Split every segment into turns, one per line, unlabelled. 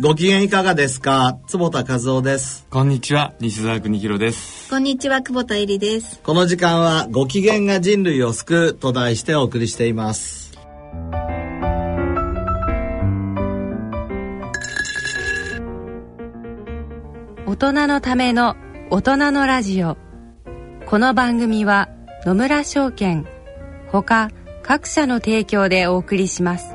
ご機嫌いかがですか坪田和夫です。
こんにちは、西澤邦弘です。
こんにちは、久保田絵里です。
この時間はご機嫌が人類を救うと題してお送りしています。、
大人のための大人のラジオこの番組は野村証券ほか各社の提供でお送りします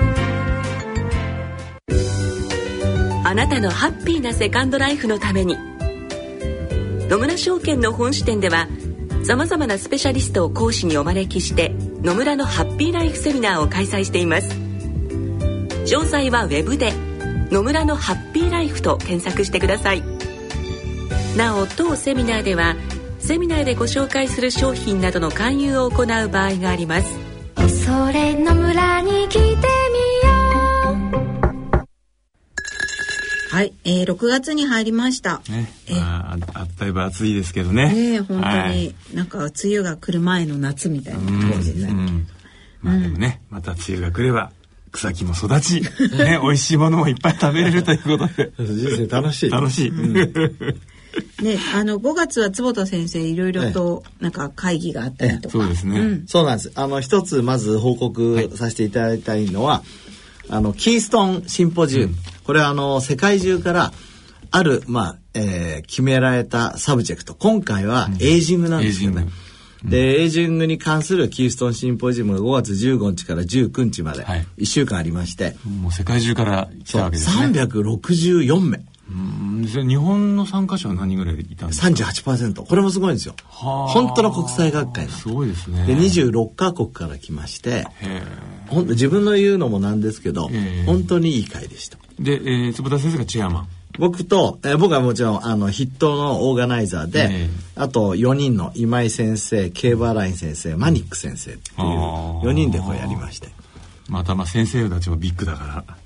あなたのハッピーなセカンドライフのために野村証券の本支店ではさまざまなスペシャリストを講師にお招きして野村のハッピーライフセミナーを開催しています詳細はウェブで「野村のハッピーライフ」と検索してくださいなお当セミナーではセミナーでご紹介する商品などの勧誘を行う場合があります
恐れ野村に来てみよ
はい、えー、6月に入りました。
ね、
え
まあ、ああったいば暑いですけどね。
ねえ、本当に、
はい
なんか梅雨が来る前の夏みたいな
うん
感じになる。
うんまあでもね、また梅雨が来れば、草木も育ち、ね、美味しいものもいっぱい食べれるということで
人生楽しい。
楽しい。
ね、あの、5月は坪田先生いろいろと、なんか会議があったりとか。
そうですね。
そうなんです。あの、一つまず報告させていただきたいのは、あの、キーストンシンポジウム。これはあの、世界中から、ある、まあ、えー決められたサブジェクト。今回はエイジングなんですよ
エイ
ね
ジング。
で、エイジングに関するキーストンシンポジウムが5月15日から19日まで
はい、
1週間ありまして、
もう世界中から来たわけですね。
364名。
うんそれ日本の参加者は何人ぐらいいたんですか
38%。これもすごいんですよ。
はあ
本当の国際学会なんです
すごいですね。
で、26カ国から来まして、
え
ほん自分の言うのもなんですけど、
ええ
本当にいい会でした。
ーで、えー、坪田先生がチェアマン。
僕と、えー僕はもちろん、あの、筆頭のオーガナイザーで、
ええ
あと4人の今井先生、ケーバーライン先生、マニック先生っていう
あー
4人でこれやりまして。
またまあ先生たちもビッグだから。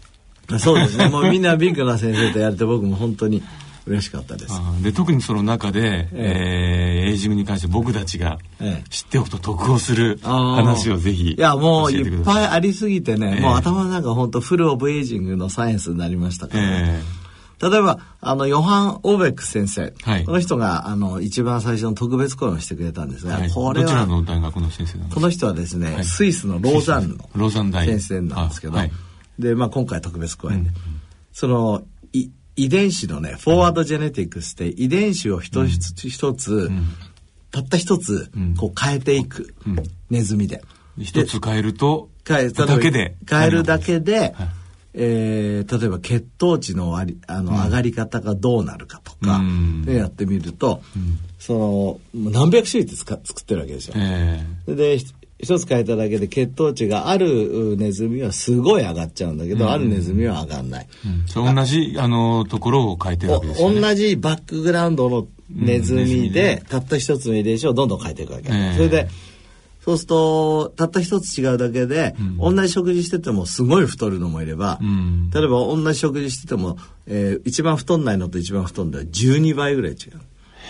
そうですね。もうみんなビッグな先生とやれて僕も本当に嬉しかったです。
あーで特にその中で、えーエイジングに関して僕たちが
ええ
知っておくと得をする
あー
話をぜひ
いや、もう
教えて
い
く
っ
ださ
ぱいありすぎてね、
ええ
もう頭の中本当フルオブエイジングのサイエンスになりましたから、ね
え
例えば、あの、ヨハン・オーベック先生。
はい
この人が、あの、一番最初の特別講演をしてくれたんです
え
が、
はい
こ
ど
れ
ちら
は、
の大学の先生なんです
こ
か
の人はですね、
はい
スイスのローザンヌの
ローザン大
先生なんですけど、
あはい
で、まあ今回特別講演で、その、い遺伝子のね、フォワードジェネティクスって遺伝子を一つ一つ、たった一つ
うん、
こう変えていく、
うん
ネズミで。
一つ変えると
変えた
だけで
変えるだけで、
はい
えー例えば血糖値の割りあの上がり方がどうなるかとか、
うん
でやってみると、そのもう何百種類ってつか作ってるわけですよ。
え
でひ一つ変えただけで血糖値があるうネズミはすごい上がっちゃうんだけど、あるネズミは上がんない。
えうんそう同じあのところを変えてるわけですよ
お
ね
同じバックグラウンドのネズ
うんネズ
ミ
ミ
で
で、
たった一つの遺伝子をどんどん変えていくわけ、
ええ
それでそうするとたった一つ違うだけで、同じ食事しててもすごい太るのもいれば、
うん
例えば同じ食事してても、えー一番太んないのと一番太んだ12倍ぐらい違う。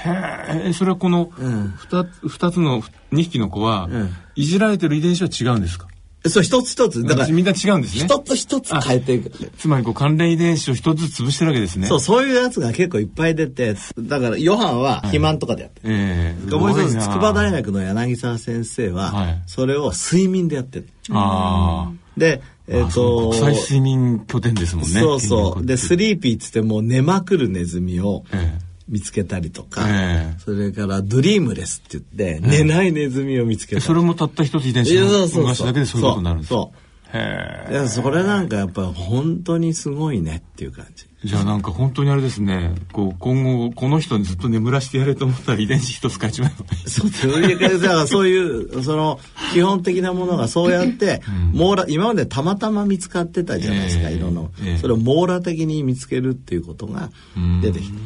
へえそれはこの
うん
二つ二つの二匹の子は、
うん
いじられてる遺伝子は違うんですか
そう一つ一つだから
みんな違うんですね
一つ一つ変えていく。
つまりこう関連遺伝子を一つ潰してるわけですね
そう、そういうやつが結構いっぱい出て、だから、ヨハンは肥満とかでやってる
ええ
もう一つ
すごいな
筑波大学の柳沢先生は、
はい
それを睡眠でやってる。
ああ
でえっ、
あ
と
そう国際睡眠拠点ですもんね
そうそうでス
リ
リーピーっつってもう寝まくるネズミを
え
見つけたりとか、
ええ
それからドリームレスって言って寝ないネズミを見つけた
え
り
それもたった一つ遺伝子
いやそうそうそう
の動かすだけでそういうことになるんですか
そう
へ
い
え
やそれなんかやっぱ本当にすごいねっていう感じ
じゃあなんか本当にあれですねこう今後この人にずっと眠らしてやれと思ったら遺伝子一つ変えちまえばいい
そうだからそういうその基本的なものがそうやって、網羅今までたまたま見つかってたじゃないですか、
ええ
色の、
ええ
それを網羅的に見つけるっていうことが
うん
出てきた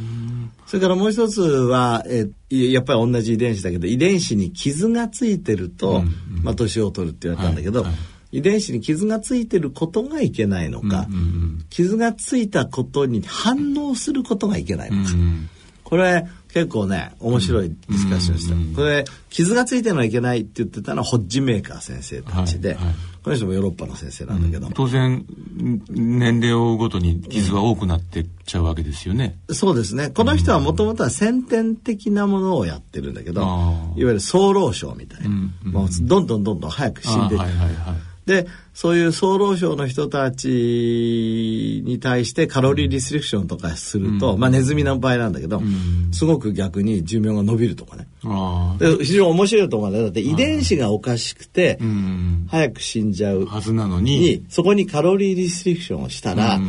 それからもう一つは、えーやっぱり同じ遺伝子だけど遺伝子に傷がついてると、まあ、年を取るって言われたんだけど、
はいはい
遺伝子に傷がついてることがいけないのか、
うんうん
傷がついたことに反応することがいけ ない
うん
のか、
うん
これ結構ね面白いディスカッションした、
うんうん
これ傷がついてるのはいけないって言ってたのはホッジメーカー先生たちで、
はいはい
この人もヨーロッパの先生なんだけど、
当然ん年齢を追うごとに傷は多くなってっちゃうわけですよね、
そうですねこの人はもともとは先天的なものをやってるんだけど、
あー
いわゆる早老症みたいな、
うんうん
もうどんどんどんどん早く死んでいく
あはいはいはい
でそういう早老症の人たちに対してカロリーリストリクションとかすると、まあネズミの場合なんだけど、
ん
すごく逆に寿命が伸びるとかね
ああ
で非常に面白いと思うんだよだって遺伝子がおかしくて、
うん
早く死んじゃう
はずなのに
にそこにカロリーリストリクションをしたら、
うん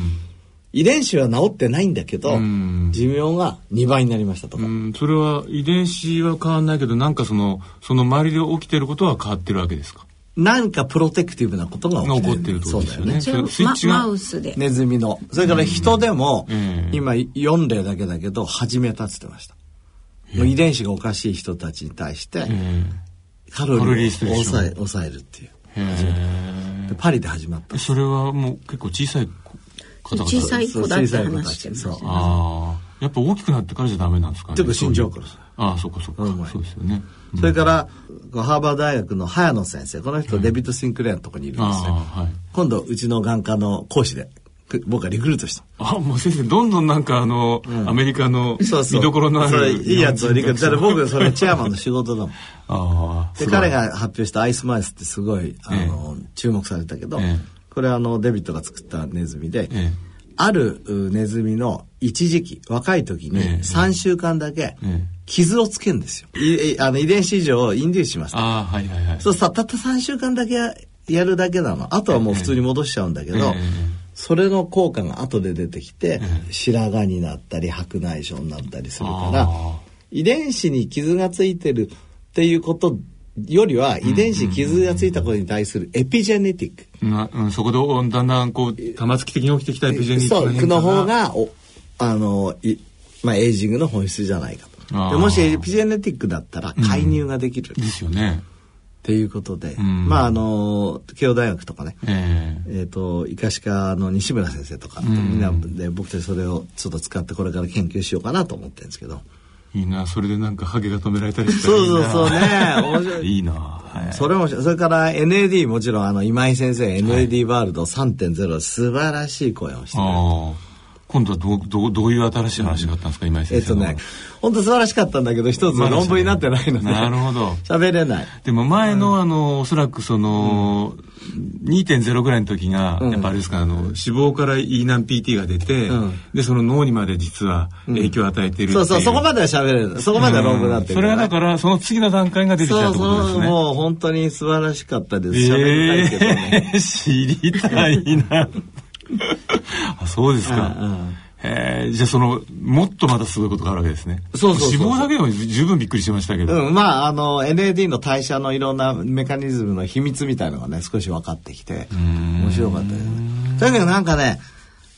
遺伝子は治ってないんだけど、
うん
寿命が2倍になりましたとか、
うん、それは遺伝子は変わんないけど、なんかその、その周りで起きてることは変わってるわけですか。
なんかプロテクティブなことが
が
起きて
起
る
こってるってことですよね。
そうだよね
スイッチ
マ
が
マウスで
ネズミのそれから人でも、
うん
今4例だけだけど始めたっつってました、もう遺伝子がおかしい人たちに対して、
え
カロ
カロリ
リ
ーリ
ー
スト
を
リクション
抑え抑えるっていう
えへ
でパリで始まった
えそれはもう結構小さい方々
小さい子だって
そう小さい子た
話して
ち
ました
そう
ね
ああ。やっぱ大きくなってからじゃダメなんですかね。
ちょっと死んじゃうからさ
ああ、そっかそっか
うま。い
そうですよね。
それから、ハーバード大学の早野先生、この人、デビッド・シンクレアのとこにいるんですね。
ああ、はい。
今度、うちの眼科の講師で、く僕はリクルートした。
あもう先生、どんどんなんかあの、アメリカの見どころのあ
それ
る。
いいやつをリクルート。だって僕、それチェアマンの仕事 だもん。
ああ。
で、
すごい
彼。が発表したアイスマイスってすごい、あの、注目されたけど
ええ、
これあの、デビッドが作ったネズミで
ええ、
あるうネズミの一時期、若い時
ええ
に3週間だけ
ええ
傷をつけるんですよ。いあの遺伝子異常をインデュースします。
ああ、はいはいはい。
そうさたった3週間だけややるだけなのあとはもう普通に戻しちゃうんだけど、
ええ
それの効果が後で出てきて、
ええ
白髪になったり白内障になったりするか
あ
ら
ー
遺伝子に傷がついてるっていうことよりは遺伝子に傷がついたことに対するエピジェネティック、
なうん、そこでおだんだんこう玉突き的に起きてきたエピジェニッ
そ
ク
う
変化
の方がおあのいまあ、エイジングの本質じゃないか
あ
と。
ー
でもしエピジェネティックだったら介入ができる、
で
っ
すよね。
ていうことで、
ん
まああの慶応大学とかね、
え
えー、と医科歯科の西村先生とか、
ん
みんなで僕たちそれをちょっと使ってこれから研究しようかなと思ってるんですけど
えいいな、それでなんかハゲが止められたりして。
そうそうそうね面白い
いいな。はい
それもそれから NAD もちろんあの今井先生 NAD ワールド3.0素晴らしい講演をしてくれて
ああ。今度はどう、どう、どういう新しい話があったんですか、今井
え
先
っと
生の。
ね本当素晴らしかったんだけど一つ
まだ
論文になってないので
なるほど。
喋れない
でも前のあの、おそらくその、2.0ぐらいの時が、
ん
やっぱあれですか、あの、脂肪から E 難 PT が出て
うん、
で、その脳にまで実は影響を与えているってい
そうそうそこまでは喋れないそこまでは論文になって
う
る
んそれはだから、その次の段階が出てきた
そう
ってことです
そう
ね。
もう本当に素晴らしかったです喋
え
りたいけどね、
えー 知りたいな。あそうですか。
うんうん
えーじゃあその、もっとまたすごいことがあるわけですね。
そうそうそうそう
脂肪だけでも十分びっくりしましたけど。
うん、まあ、あの、NAD の代謝のいろんなメカニズムの秘密みたいのがね、少し分かってきて、面白かったですね。とにかくなんかね、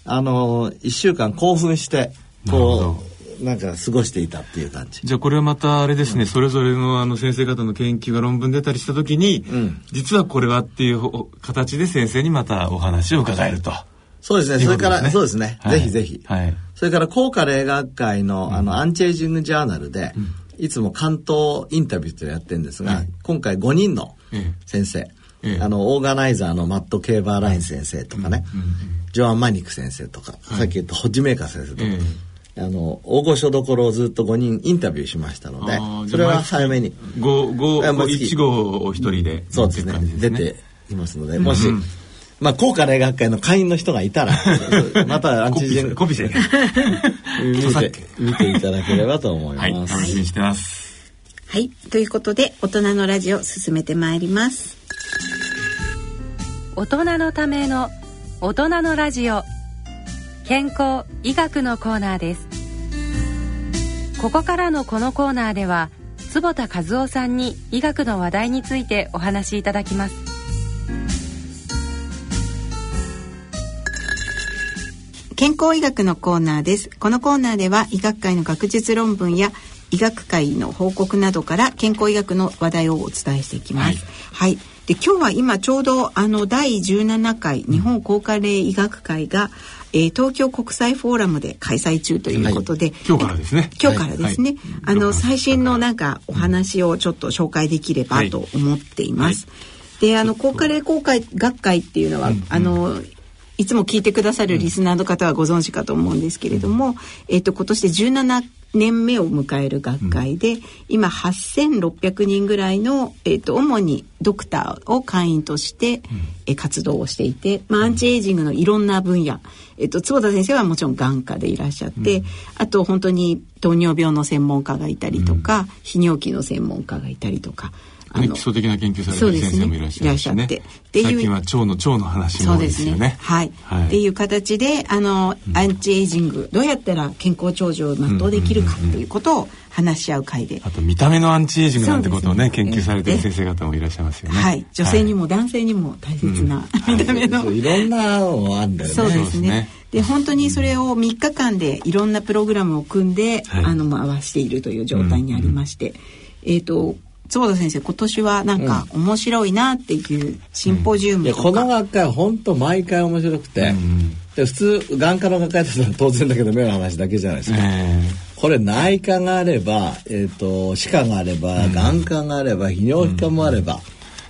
あの、一週間興奮して、こう、なんか過ごしていたっていう感じ。
じゃあこれはまたあれですね、それぞれのあの先生方の研究が論文出たりした時に、
ん
実はこれはっていうほ形で先生にまたお話を伺えると。
そうですね、
い
それ
こと
から、
ですね
そうですね、
はい
ぜひぜひ。
はい
それから、高科例学会の、あの、アンチエイジングジャーナルで、いつも関東インタビューっていうのをやってるんですが、今回5人の
ええ
先生、
ええ
あの、オーガナイザーのマット・ケーバーライン先生とかね、ジョアン・マニック先生とか、さっき言ったホッジメーカー先生とか、
え
あの、大御所どころをずっと5人インタビューしましたの
あー
で、それは
じゃあ
早めに、
5、
えもう
5、
次
1号を一人で。
そうです
っ
ね
ていう感じ
出ていますので、もし、まあ、高価大学会の会員の人がいた ら、またアン
コピ
チ
ーす
人
るコピーしてね
見て見ていただければと思い
はい、
ま
楽
す。
しみにしてます。
はい。ということで、大人のラジオ進めてまいります。
大人のための大人のラジオ健康医学のコーナーですここからのこのコーナーでは坪田和夫さんに医学の話題についてお話しいただきます
健康医学のコーナーです。このコーナーでは、医学会の学術論文や医学会の報告などから健康医学の話題をお伝えしていきます。はい。で、今日は今ちょうど、あの、第17回日本高加齢医学会が、えー東京国際フォーラムで開催中ということで、
今日からですね。
今日からですね、
はい
あの
はい
最新のなんかお話をちょっと紹介できればと思っています。であの高カレー公開学会っていうのは、あのいつも聞いてくださるリスナーの方はご存知かと思うんですけれども、えっと今年で17年目を迎える学会で、今8600人ぐらいの、えっと主にドクターを会員として、え活動をしていて、まあ、アンチエイジングのいろんな分野、えっと坪田先生はもちろん眼科でいらっしゃって、あと本当に糖尿病の専門家がいたりとか、泌尿器の専門家がいたりとか。
ね基礎的な研究されてる先生もいらっしゃいますし
そうですねいらっしゃっ
ね
てっていう
最近は腸の腸の話も
そう
多い
で
です
す
よ
ね
ね。。
はい。
はい
っていう形で、あの、アンチエイジング、どうやったら健康長寿を全うできるかということを話し合う会で。
あと見た目のアンチエイジングなんてことをね
そうですね
研究されてる先生方もいらっしゃいますよね。
はい。女性にも男性にも大切な見た目の
いろんなのもあるんだよね。
そうです
そうですね
ね。で本当にそれを3日間でいろんなプログラムを組んで、
はい
あの回しているという状態にありまして、えっ、と坪田先生今年はなんか面白いなっていうシンポジウ
い
ム
や
と
こ
か、
の学会は本当毎回面白くて、
ん
で普通眼科の学会だったら当然だけど目の話だけじゃないです
え
か、
え
これ内科があれば、えっと歯科があれば、眼科があれば泌尿器科もあれば、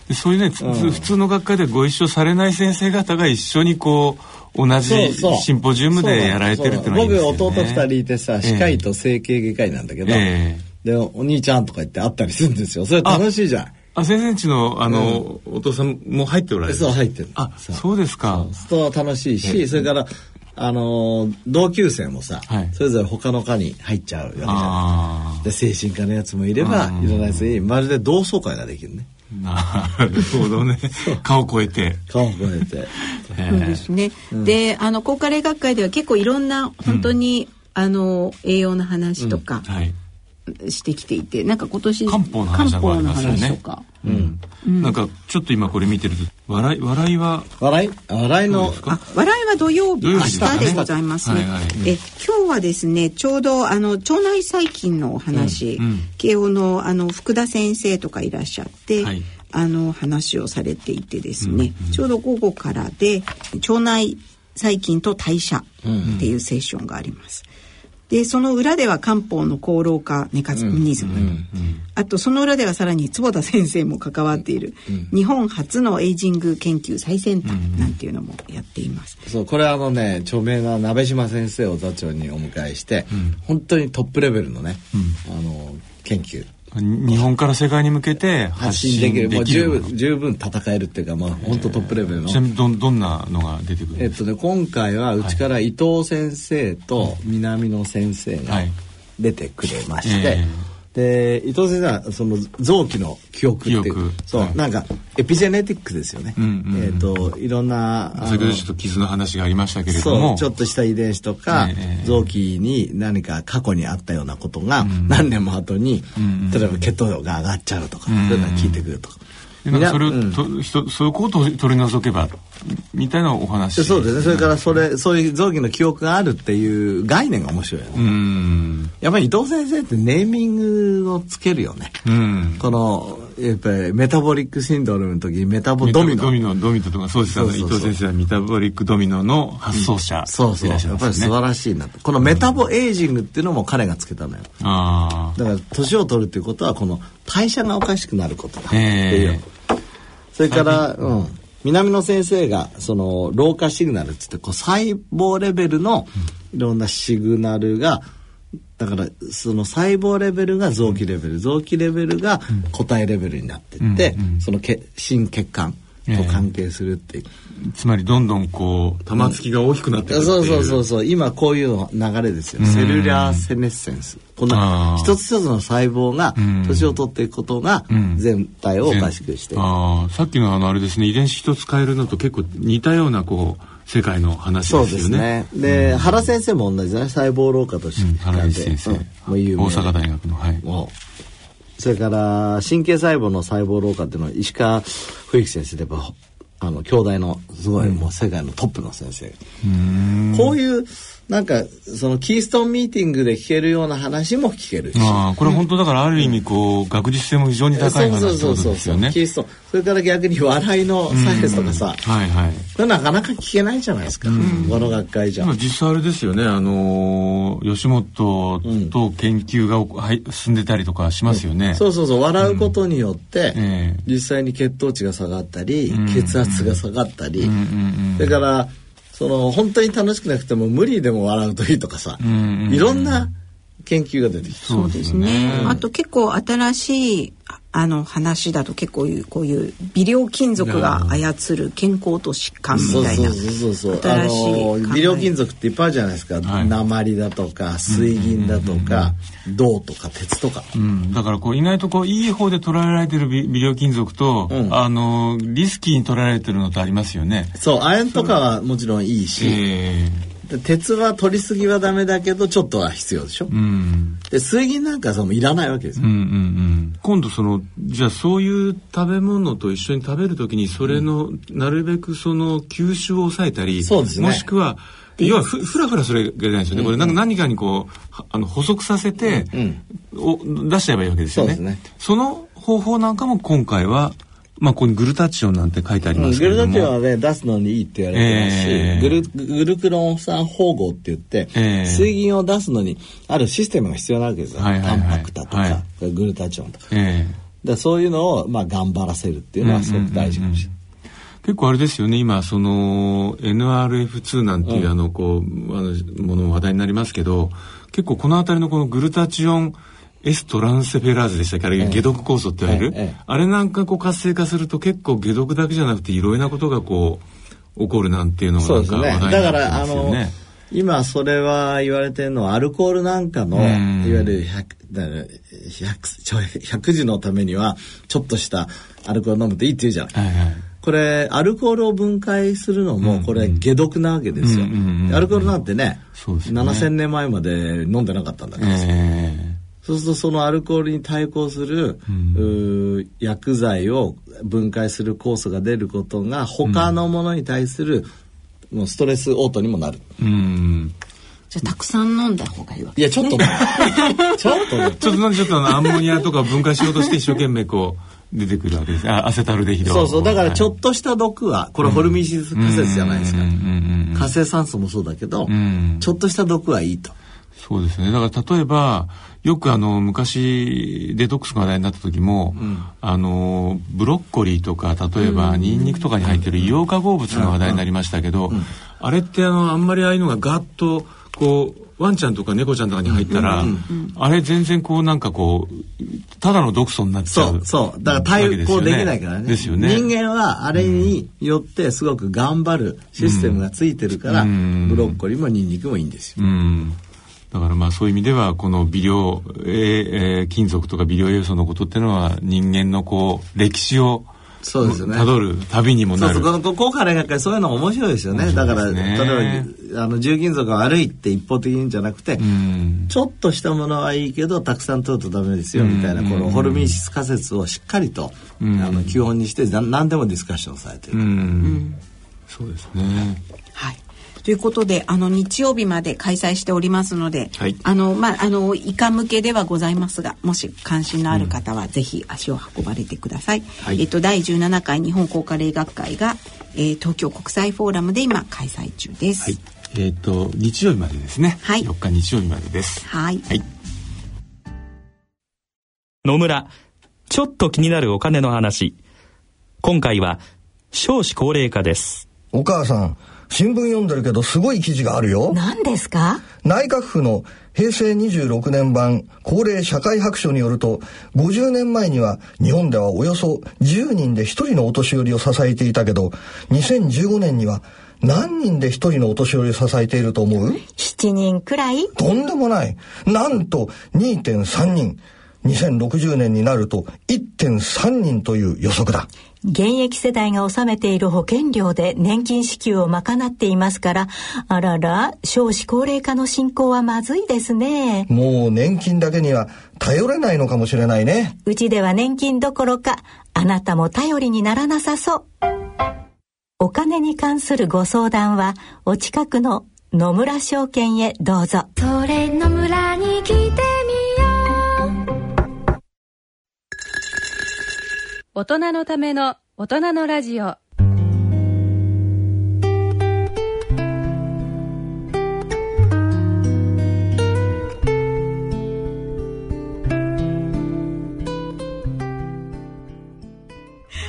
でそういうね、つ普通の学会でご一緒されない先生方が一緒にこう同
そう
じ
そう
シンポジウムでやられてるってのはいいですよね。
そうなの僕弟二人いてさ歯科医と整形外科医なんだけど、
え
でお兄ちゃんとか言って会ったりするんですよそれ楽しいじゃん
あ先生んちのあの、お父さんも入っておられる。
そう入ってる
あ
そ
そううですか。
そうすると楽しいし、それからあのー同級生もさ、
はい
それぞれ他の科に入っちゃうわけじゃない
あ
で精神科のやつもいればいろんなやつにまるで同窓会ができるね
あなるほどね。顔超えて。
顔を覚え て
え
そうですね。であの高カレ学会では結構いろんな本当に、あの栄養の話とか
えはい。
してきていて、なんか今年
漢方の話もありますよね
漢方の話とか
うん。なんかちょっと今これ見てると笑い笑いは
笑い笑いの
あ笑いは土曜日
土
明
曜
日
日ですね
でございます
は
ね、
いはい
え今日はですねちょうどあの腸内細菌のお話、
うんうん
慶応のあの福田先生とかいらっしゃって、
はい
あの話をされていてですね、ちょうど午後からで腸内細菌と代謝っていうセッションがあります。でその裏では漢方の功労化ネカズニズム、あとその裏ではさらに坪田先生も関わっている、日本初のエイジング研究最先端なんていうのもやっています。
そうこれはあのね著名な鍋島先生を座長にお迎えして、本当にトップレベルのね、あの研究
日本から世界に向けて
発
発
信
信
で
で
き
き
るもう十
る。
分十分戦えるっていうかまあ本当トップレベルの
ちなみにどんどんなのが出てくるん
え
で
っと
す
ね、今回はうちから伊藤先生と南野先生が
はい
出てくれまして、
え
で伊藤先生はその臓器の記憶ってい
記
う
憶
そう、
はい
なんかエピジェネティックですよね、
うんうんうん
えっといろんなあ
か
の
先ほどちょっと傷の話がありましたけれど
そ
も
うちょっとした遺伝子とか、
ええ
臓器に何か過去にあったようなことが何年も後に、例えば血糖量が上がっちゃうとか、
ん
そういうのが効いてくるとか。
でなんかそれを
みんなうん
と、ひとそういうことを取り除けばみたいなお話
そうですねそれからそれそういう臓器の記憶があるっていう概念が面白いよね、
うん
やっぱり伊藤先生ってネーミングをつけるよね。
うん
この、やっぱりメタボリックシンドロームの時、メタボドミノ。
ドミノドミノとかそうですあの
そうそうそう
伊藤先生はメタボリックドミノの発想者
そうそう。
い
や
らっしゃい
っぱ
ま
り
す
素
よね
晴らしいなと。このメタボエイジングっていうのも彼がつけたのよ。
あ
だから、年を取るっていうことは、この代謝がおかしくなることだってい
え
う。それから、うん。南野先生が、その、老化シグナルっつって、こう、細胞レベルのいろんなシグナルが、だから、その細胞レベルが臓器レベル、臓器レベルが個体レベルになってって、そのけ心血管、と関係するっていう。
つまりどんどんこう玉突きが大きくなってくるってい
そうそうそうそう今こういうの流れですよ、
うん
セルラーセネッセンスこん
あ
な
ー
一つ一つの細胞が
うん
年を取っていくことが
うん
全体をおかしくしていく、
ああさっきのあのあれですね遺伝子一つ変えるのと結構似たようなこう世界の話
そう
です
で
よ
すね
ね。
で、原先生も同じだね細胞老化と疾
うん、
患
原
で
西先生、
うんもう有名
大阪大学のはい
もうそれから神経細胞の細胞老化っていうのは石川冬樹先生でやっぱあの兄弟のすごいもう世界のトップの先生、こういうなんかそのキーストーンミーティングで聞けるような話も聞けるし
まあこれ本当だからある意味こう、学術性も非常に高い話ってことですよね
キーストーンそれから逆に笑いのサイエンスとかさ、
はいはい
これなかなか聞けないじゃないですか、この学会じ
で
ゃ
も実際あれですよねあのー吉本と研究がおこ、はい、進んでたりとかしますよね、
そうそうそう笑うことによって、
ええ
実際に血糖値が下がったり、
ん
血圧が下がったり、
うんうんうん
だからその本当に楽しくなくても無理でも笑うといいとかさ、
うんうんうん
いろんな研究が出てきて
そうですね。あと結構新しいああの話だと結構いうこういう微量金属が操る健康と疾患
そう
みたい
そう
な
そうそうそうあ
新しい
の
考え
微量金属っていっぱいあるじゃないですか、
はい
鉛だとか水銀だとか、銅とか鉄とか、
うん、だからこう意外とこういい方で捉えられてる微微量金属と、
うん
あのーリスキーに捉えられてるのとありますよね。
そう亜鉛とかはもちろんいいし、
え
で鉄は取りすぎはダメだけどちょっとは必要でしょ、
えうん
で水銀なんかはさもういらないわけですよ
うんうんうん、今度そのじゃあそういう食べ物と一緒に食べるときにそれの、なるべくその吸収を抑えたり
そうですね
もしくは要はふふらふらそれがないですよね、これなんか何かにこうはあの補足させて、お出しちゃえばいいわけですよね
そうですね
その方法なんかも今回は、まあ、ここにグルタチオンなんて書いてあり
うん
ます
グ
けれ
ル
ど
タ
も
チオンはね出すのにいいって言われてますし、
ええ
グルグルクロン酸包合って言って、
ええ
水銀を出すのにあるシステムが必要なわけですよ、
はいはいはい
タンパクだとか、
は
グルタチオンとか
ええ
でそういうのを、まあ、頑張らせるっていうのはすごく大事かもしれない、
結構あれですよね今その NRF2 なんていう、あのこうあのものも話題になりますけど結構この辺りのこのグルタチオン S トランセフェラーズでしたっけあれ解毒酵素って言われる、
ええええ
あれなんかこう活性化すると結構解毒だけじゃなくていろいろなことがこう起こるなんていうのが
そう
なん
です
か
ね
話題に
だ
な
か
って
らあ
ますよ
の
ね。
今それは言われてるのはアルコールなんかの、
うん
いわゆる 100, だから100ちょ100時のためにはちょっとしたアルコール飲むといいって言うじゃん、
はいはい
これアルコールを分解するのもこれ解毒なわけですよ、
うんうんうんうん
アルコールなんてね
そうですね
7000年前まで飲んでなかったんだから、
え
そうするとそのアルコールに対抗する、うー薬剤を分解する酵素が出ることが他のものに対する、もうストレス応答にもなる
えうん
じゃあたくさん飲んだ方がいいわけ。
いやちょっとね ちょっとね
ちょっとなんかちょっと あのアンモニアとか分解しようとして一生懸命こう出てくるわけですあアセタルデヒド
そうそうだからちょ
と
っとした毒はこれホルミシス仮説じゃないですか
うんうんうんうん
活性酸素もそうだけど、
ん
ちょっとした毒はいいと。
そうですね。だから例えば、よくあの、昔、デトックスが話題になった時も、あの、ブロッコリーとか、例えば、ニンニクとかに入ってる硫黄化合物が話題になりましたけど、あれってあの、あんまりああいうのがガッと、こう、ワンちゃんとか猫ちゃんとかに入ったら、あれ全然こう、なんかこう、ただの毒素になっちゃ。
そうう、そう。だから対抗できないからね。
ですよね。
人間はあれによってすごく頑張るシステムがついてるから、
うん
ブロッコリーもニンニクもいいんですよ。
うん。だからまあそういう意味では、この微量、えーえー金属とか微量要素のことっていうのは人間のこう、歴史を、
そうですよね
たどる旅にも
そ
な
う
る。
そう、このこの高価な学会そういうの面白いですよね。
面
だ
白
か
いで
ら、
すね
例えば、あの、重金属が悪いって一方的に言うんじゃなくて、
うん。
ちょっとしたものはいいけど、たくさん取るとダメですよ、みたいな、このホルミン質仮説をしっかりと、あの、基本にして、な何でもディスカッションされて
う
る。
ん。そうですね。
はい。ということで、あの、日曜日まで開催しておりますので、
はい
あの、まあ、あの、イカ向けではございますが、もし関心のある方は、ぜひ足を運ばれてください。
い
えっと、第17回日本高カレー学会が、えー東京国際フォーラムで今、開催中です。
はい。えっ、と、日曜日までですね。
はい
4日日曜日までです。
はい。
はい。
野村、ちょっと気になるお金の話。今回は、少子高齢化です。
お母さん、新聞読んでるけどすごい記事があるよ。
何ですか
内閣府の平成26年版高齢社会白書によると、50年前には日本ではおよそ10人で1人のお年寄りを支えていたけど、2015年には何人で1人のお年寄りを支えていると思う
?7 人くらい
とんでもない。なんと2.3人。2060年になると1.3人という予測だ。
現役世代が納めている保険料で年金支給を賄っていますから、あらら、少子高齢化の進行はまずいですね。
もう年金だけには頼れないのかもしれないね。
うちでは年金どころか、あなたも頼りにならなさそう。お金に関するご相談は、お近くの野村証券へどうぞ。
それ野村に来てみよう。
大人のための大人のラジオ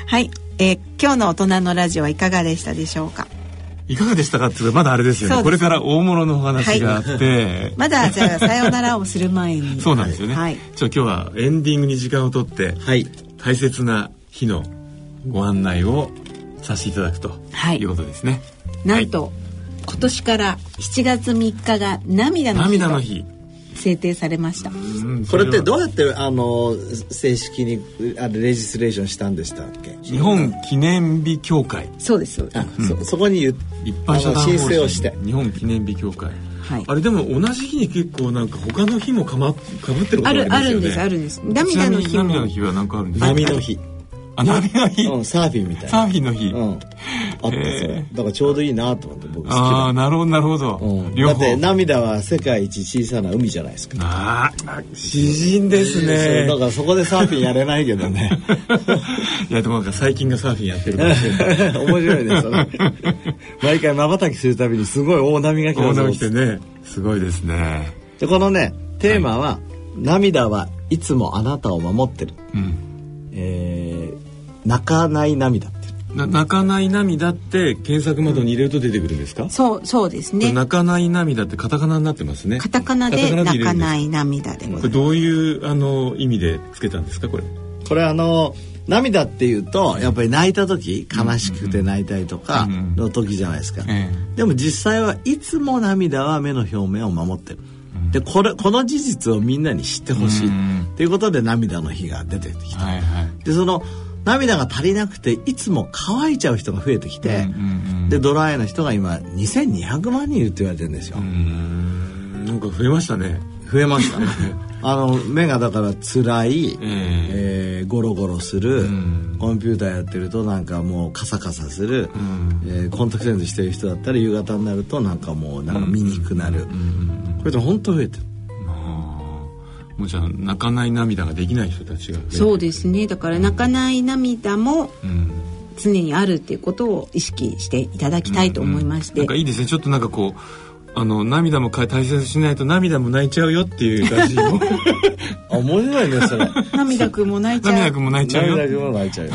はい、えー、今日の大人のラジオはいかがでしたでしょうか
いかがでしたかってまだあれですよね、ね、これから大物のお話があって、はい、
まだ じゃあさようならをする前に
そうなんですよね、
はい、
ちょ今日はエンディングに時間をとって、
はい、
大切な日のご案内をさせていただくということですね、
はい、なんと、はい、今年から7月3日が涙の日
の日
制定されました
これってどうやってあの正式にあレジストレーションしたんでしたっけ
日本記念日協会
そうですそうです
あ、うん、そそこに一
般社団
申請をして
日本記念日協会
はい、
あれでも同じ日に結構なんか他の日もかまかぶってることありますよね。あるんです
あるんです。涙の日
涙の日はなんかあるんです
波の日。
あ、波の日、
うん、サーフィンみたいな。
サーフィンの日。
うん。あったそれ。だからちょうどいいなと思って僕好きだ。
ああ、なるほど、なるほど。
うん、だって涙は世界一小さな海じゃないですか。
ああ、詩人ですね。
だからそこでサーフィンやれないけど ね。
いや、でもなんか最近がサーフィンやって るかもし
れない。面白いね、そ れ。毎回瞬きするたびにすごい大波が来
た大波来てね。すごいですね。
で、このね、テーマは、はい、涙はいつもあなたを守ってる。
うん。
えー、泣かない涙って
な泣かない涙って検索窓に入れると出てくるんですか、うん、
そうそうですね
泣かない涙ってカタカナになってますね
カタカナで泣かない涙で
これどういうあの意味でつけたんですかこれ
これあの涙っていうとやっぱり泣いた時悲しくて泣いたりとかの時じゃないですか、でも実際はいつも涙は目の表面を守ってるでこれこの事実をみんなに知ってほしいっていうことで涙の日が出てきた、
はいはい、
でその涙が足りなくていつも乾いちゃう人が増えてきて、でドライの人が今2200万人いるって言われてるんですよ
んなんか増えましたね
増えましたね あの目がだから辛い、えー、ゴロゴロする、コンピューターやってるとなんかもうカサカサする、えー、コンタクトレンズしてる人だったら夕方になるとなんかもうなんか見にくくなる、これで本当増えてる
もうじゃ泣かない涙ができない人たちが
そうですねだから泣かない涙も常にあるっていうことを意識していただきたいと思いま
うん
して、
うん、なんかいいですねちょっとなんかこうあの涙も大切にしないと涙も泣いちゃうよっていう感じの
面白いね それ
涙くんも泣いちゃう
涙くんも泣いちゃうよ
涙くんも泣いちゃう よ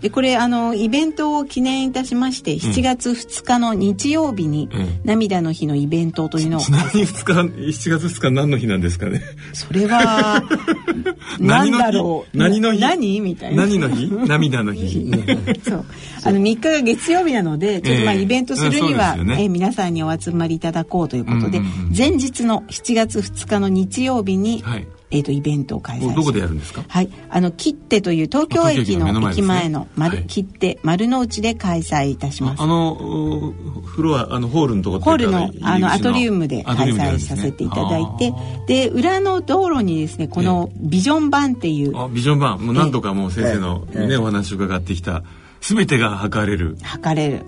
でこれあのイベントを記念いたしまして7月2日の日曜日に、うん、涙の日のイベントというのを
ちなみに2日7月2日何の日なんですかね
それ は何だろ
う何の日
何みたいな
何の日涙の 日
そうあの3日が月曜日なのでちょっとまあイベントするには、えーね、え皆さんにお集まりいただこうということで、前日の7月2日の日曜日に、はいえーと、とイベントを開催
どこでやるんですか
はいあの切手という東京駅の駅前の丸、ね、切手丸の内で開催いたします
あのフロアあのホールのとこ
ホールのあのアトリウムで開催させていただいてで、ね、裏の道路にですねこのビジョン版っていう、
ビジョン版もう何度かもう先生のね、お話伺ってきた全てが測れる
測れる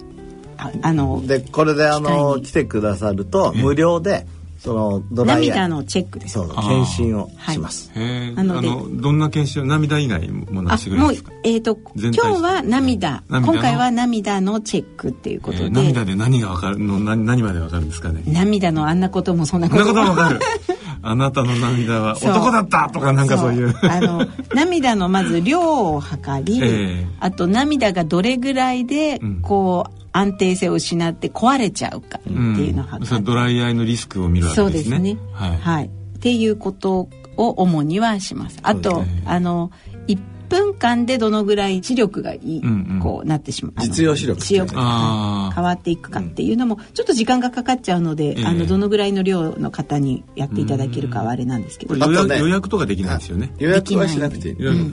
ああの
でこれであの来てくださると無料で、そのドライ
涙のチェックです。
検診をします。
はい、なのでどんな検診涙以外もなしてくれますか。
えっ、ー、と今日は涙、今回は涙のチェックっていうことで。えー、
涙で何がわかるの何何までわかるんですかね。
涙のあんなこともそんなこと
も。わかる。あなたの涙は男だったとかなんかそういう
あの涙のまず量を測り、えー、あと涙がどれぐらいでこう、うん安定性を失って壊れちゃうかっていうのを
うんそれはドライアイのリスクを見るわけですね
そうですね
はい、
はい、っていうことを主にはします。あと、
そうですね
あの1分間でどのぐらい視力がいい、
うんうん
こうなってしまうあの
実用視力
視力
あー
変わっていくかっていうのも、ちょっと時間がかかっちゃうので、
ええ
あのどのぐらいの量の方にやっていただけるかはあれなんですけ
こ
ど、
れ
あ
予
と
約,、
ね
予約とかできないですよね
予約はしなくていい。
いろいろ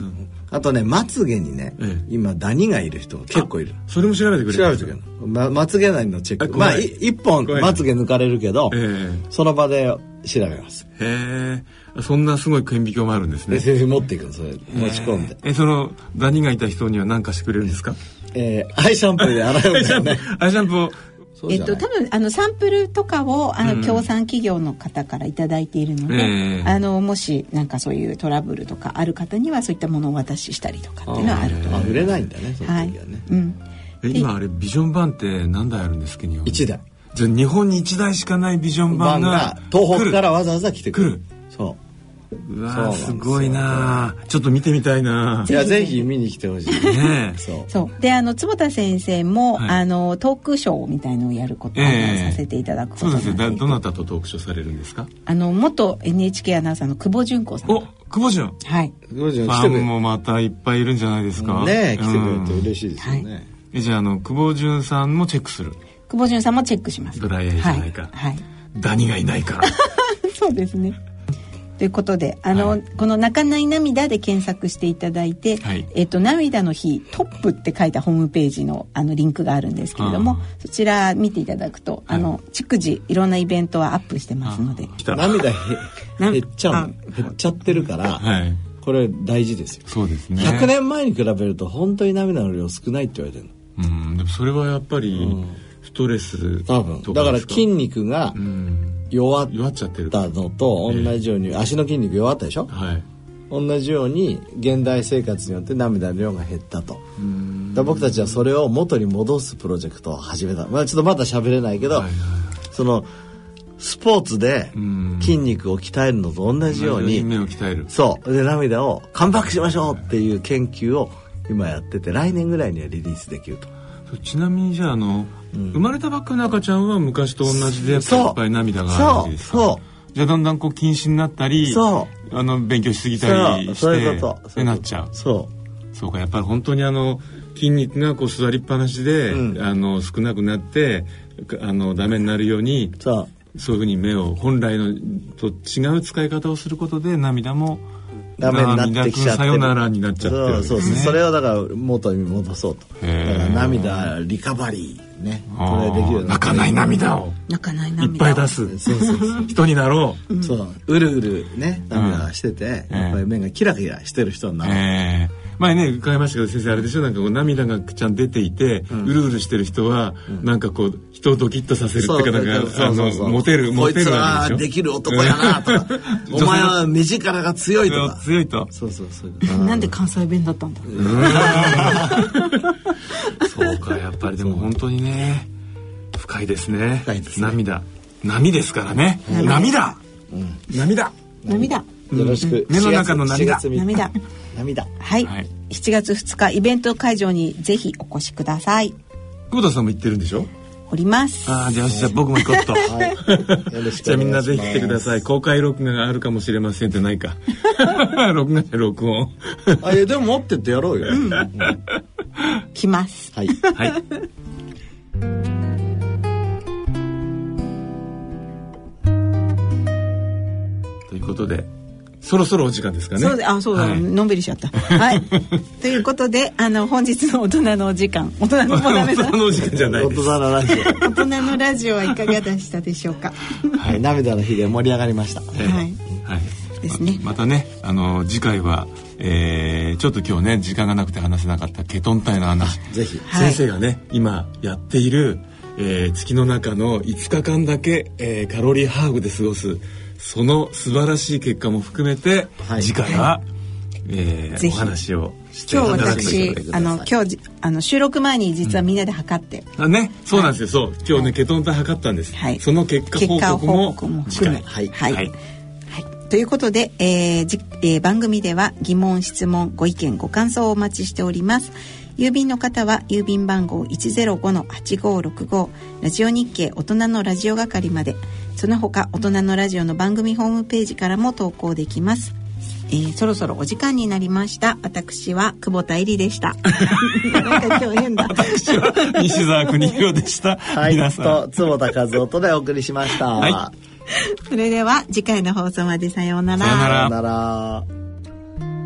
あとね、まつげにね、
ええ
今ダニがいる人が結構いる。
それも調べてくれ
調べてくれるま、まつげないのチェッ
あ
ク。
怖
ま
い
あ、い一本
怖い
まつげ抜かれるけど、
え
その場で調べます。
えへえそんなすごい顕微鏡もあるんです
で、
ね
先生持っていくの、それ。持ち込んで。
えそのダニがいた人には何かしてくれるんですか
えーアイシャンプーで洗うんだよね。
アイシャンプーを
そう
え
じ
っ
ゃない
と、多分あのサンプルとかをあの、
うん
協賛企業の方からいただいているので、
ええ
あのもしなんかそういうトラブルとかある方にはそういったものをお渡ししたりとかっていうのはあると思い
あ
ます
売れないんだね、その
はい
時はね。
うん、
え今あれビジョン版って何台あるんですか日本に
一台。
じゃあ日本に1台しかないビジョン版
番
が
が東
来
北
る
からわざわざ来てくる。
来る
そうそうなん
わー
ですよ
すごいなあちょっと見てみたいな
う。いや、ぜひ見に来てほしい。
ねえ
そう。
そうであの坪田先生も、
はい
あのトークショーみたいのをやることを、
ええ
させていただくこと
そう
にな
で
っ
す
てい
ね
て
だどなたとトークショーされるんですか
あの元 NHK アナウンサーの久保純子さん
お久保潤
はい
ゴジョ
フ
ン来
ァ
てくれ
ンもまたいっぱいいるんじゃないですか
ねえ来てくれて
うん
嬉しいですよね。
えじゃああの久保潤さんもチェックする
久保純さんもチェックします
ドライアイじゃないか
はい、はい
ダニがいない か
そうですね。ということで、あの、
はい
この泣かない涙で検索していただいて、
はい
えっと涙の日トップって書いたホームページのあのリンクがあるんですけれど
あ
も、そちら見ていただくと、
はい
あの逐次いろんなイベントはアップしてますので、
来た
涙へ
な
減っちゃうの
あ
減っちゃってるから、
はい
これ大事ですよ
そうですね
100年前に比べると本当に涙の量少ないって言われてるの
うんでもそれはやっぱりストレス
多分
と
だから
です
筋肉が
うん
弱っ
弱っちゃってる
たのと同じように、足の筋肉弱ったでしょ
はい
同じように現代生活によって涙の量が減ったとだから僕たちはそれを元に戻すプロジェクトを始めた、まあ、ちょっとまだ喋れないけど、
はいはい
そのスポーツで
うん
筋肉を鍛えるのと同じように、
目を鍛える
そうで涙を「カムバックしましょう!」っていう研究を今やってて来年ぐらいにはリリースできると
そうちなみにじゃああの、生まれたばっかの赤ちゃんは昔と同じでやっぱ
そう
いっぱい涙があるわけですか
そうそ
じゃあだんだんこう禁止になったり
そ
あの勉強しすぎた
そ
り
う
して
そういうこと
ってなっちゃう
そ
そうかやっぱり本当にあの筋肉がこう座りっぱなしで、
うん
あの少なくなってかあのダメになるように
うそう
そういうふうに目を本来のと違う使い方をすることで涙も
ダメになってきちゃって
涙くんさよならになっちゃってる
そうそうそう、
ね
それをだから元に戻そうとだ
へ
か
ー
ら涙リカバリーね
あ
これできるよう
ー泣かない涙を
泣かない
いっぱ
涙
い
を
出す
そうそうそう
人になろう、
そううるうるね涙がしてて、
うん
やっぱり目がキラキラしてる人になる、
ええ前ね伺いましたけど先生あれでしょなんかこう涙がくちゃん出ていて、うるうるしてる人は、なんかこう人をドキッとさせるっていうかなんかあのモテるモ
こい
テ
つ
るわ
は
けでしょ
できる男や なとかお前は目力が強いとか
強いと
そうそうそう
なんで関西弁だったんだろう。
そうかやっぱりでも本当にね深いですね
深いですね
涙波ですからね涙、涙
涙。
よろしく、
うん目の中の涙
4月3日
涙。
涙
はい。
はい
7月2日イベント会場にぜひお越しください。
久保田さんも言ってるんでしょ
おります。
ああじゃあよしじゃあ僕も行こうっと、
は いよろしく
じゃあみんなぜひ来てくださ
い
い公開録画があるかもしれませんってないか 録画じゃ録音
あいやでも持ってってやろうよ、はい
来ます。
はいということでそろそろお時間ですかね
そうであそうだ、
はい
のんびりしちゃった。 はい。ということであの本日の大人のお時間大人のもうダ メ
大
だ
人のお時間じゃない
大
です
人のラジ
大人のラジオはいかがでしたでしょ うか。
オ、はい、涙の日で盛り上がりました
ええ
はい
はい
ですね
ままたねあの次回は、えーちょっと今日ね時間がなくて話せなかったケトン体の話
ぜひ
はい
先生がね今やっている、えー月の中の5日間だけ、えーカロリーハーフで過ごすその素晴らしい結果も含めて、
はい
次回は、えー
ぜ
お
ひ
話をしてい
今日
ただくという
私
ことで
あの今日じあの収録前に実はみんなで測って、
あねそうなんですよ、そう今日ねケトン体測ったんです、
はい
その結果
結
報
果
告
報
も
告も
次
含め
回
はい
は
はい、
い
ということで、えーじえー番組では疑問質問ご意見ご感想をお待ちしております郵便の方は郵便番号105-8565ラジオ日経大人のラジオ係までその他大人のラジオの番組ホームページからも投稿できます、えーそろそろお時間になりました私は久保田恵里で したなんか今日変だ
私は西澤邦弘でした。
はい、
皆さん。
と坪田和夫とでお送りしました。
はい
それでは次回の放送までさようなら
さようなら
さよなら。